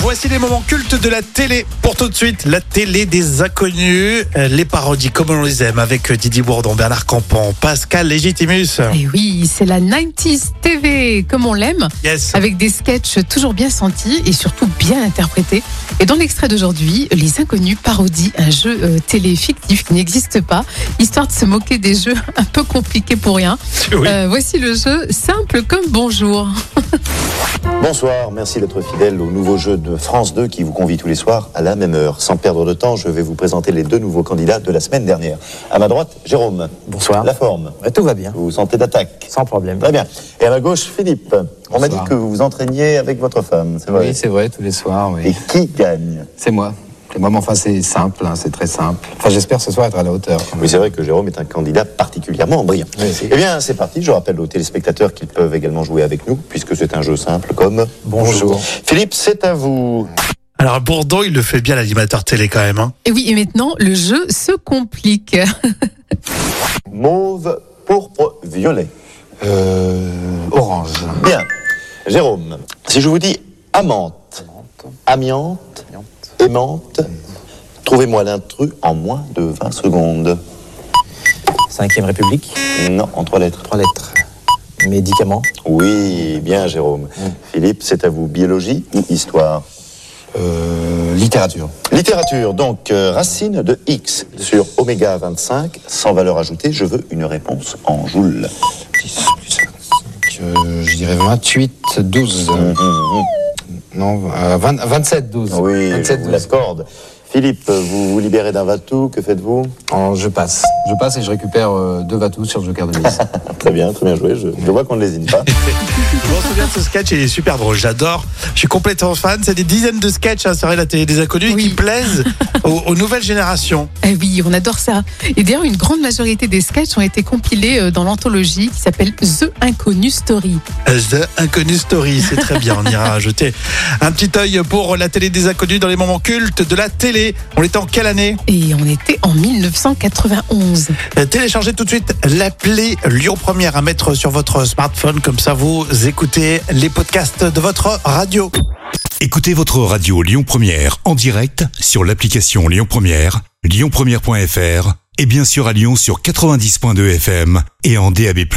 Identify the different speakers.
Speaker 1: Voici les moments cultes de la télé. Pour tout de suite, la télé des inconnus, euh, les parodies comme on les aime avec euh, Didier Bourdon, Bernard Campan, Pascal Légitimus.
Speaker 2: Et Eh oui, c'est la 90s TV, comme on l'aime,
Speaker 1: Yes.
Speaker 2: avec des sketchs toujours bien sentis et surtout bien interprétés. Et dans l'extrait d'aujourd'hui, les inconnus parodient un jeu euh, télé fictif qui n'existe pas, histoire de se moquer des jeux un peu compliqués pour rien.
Speaker 1: Oui.
Speaker 2: Euh, voici le jeu simple comme bonjour.
Speaker 3: Bonsoir, merci d'être fidèle au nouveau jeu de France 2 qui vous convie tous les soirs à la même heure. Sans perdre de temps, je vais vous présenter les deux nouveaux candidats de la semaine dernière. À ma droite, Jérôme.
Speaker 4: Bonsoir.
Speaker 3: La forme.
Speaker 4: Ouais, Bah, tout va bien,
Speaker 3: Vous vous sentez d'attaque.
Speaker 4: sans problème.
Speaker 3: Très bien. Et à ma gauche, Philippe. On m'a dit
Speaker 4: Bonsoir.
Speaker 3: que vous vous entraîniez avec votre femme, c'est vrai.
Speaker 4: Oui, c'est vrai, tous les soirs,
Speaker 3: Et
Speaker 4: oui.
Speaker 3: qui gagne
Speaker 4: C'est moi. C'est moi, mais enfin, c'est simple, hein, c'est très simple. Enfin, j'espère ce soir être à la hauteur. quand même.
Speaker 3: Oui, c'est vrai que Jérôme est un candidat particulièrement brillant.
Speaker 4: Oui, c'est-
Speaker 3: eh bien, c'est parti. Je rappelle aux téléspectateurs qu'ils peuvent également jouer avec nous, puisque c'est un jeu simple comme
Speaker 4: Bonjour.
Speaker 3: Philippe, c'est à vous.
Speaker 1: Alors Bourdon, il le fait bien l'animateur télé quand même. hein.
Speaker 2: Et oui, et maintenant, le jeu se complique.
Speaker 3: Mauve, pourpre, violet.
Speaker 4: Euh, orange.
Speaker 3: Bien. Jérôme, si je vous dis amante, amiante, aimante, trouvez-moi l'intrus en moins de 20 secondes.
Speaker 5: Cinquième République,
Speaker 3: Non, en trois lettres.
Speaker 5: trois lettres. Médicaments, Mm.
Speaker 3: Oui, bien Jérôme. Philippe, c'est à vous. Biologie ou histoire
Speaker 4: Euh, littérature.
Speaker 3: Littérature, donc euh, racine de X sur oméga 25, sans valeur ajoutée, je veux une réponse en joules.
Speaker 4: 10 plus 25, euh, je dirais 28, 12. euh, non, euh, 20 27, 12.
Speaker 3: Oui, je
Speaker 4: 27,
Speaker 3: vous
Speaker 4: 12.
Speaker 3: l'accorde. Philippe, vous vous libérez d'un vatou, que faites-vous
Speaker 4: En- je passe. Je passe et je récupère euh, deux vatous sur le joker de 10.
Speaker 3: Très bien, très bien joué, je, je vois qu'on ne lésine pas.
Speaker 1: On se souvient de ce sketch, il est super drôle, j'adore. Je suis complètement fan. C'est des dizaines de sketchs hein, sur la télé des inconnus
Speaker 2: Oui.
Speaker 1: qui plaisent aux, aux nouvelles générations.
Speaker 2: Eh oui, on adore ça. Et d'ailleurs, une grande majorité des sketchs ont été compilés euh, dans l'anthologie qui s'appelle The Inconnu Story.
Speaker 1: Euh, The Inconnu Story, c'est très bien. On ira jeter un petit œil pour la télé des inconnus dans les moments cultes de la télé. On est en quelle année
Speaker 2: Et on était en 1991.
Speaker 1: Euh, Téléchargez tout de suite l'appli Lyon Première à mettre sur votre smartphone. Comme ça, vous écoutez les podcasts de votre radio.
Speaker 6: Écoutez votre radio Lyon Première en direct sur l'application Lyon Première, lyonpremière.fr et bien sûr à Lyon sur 90.2 FM et en DAB+.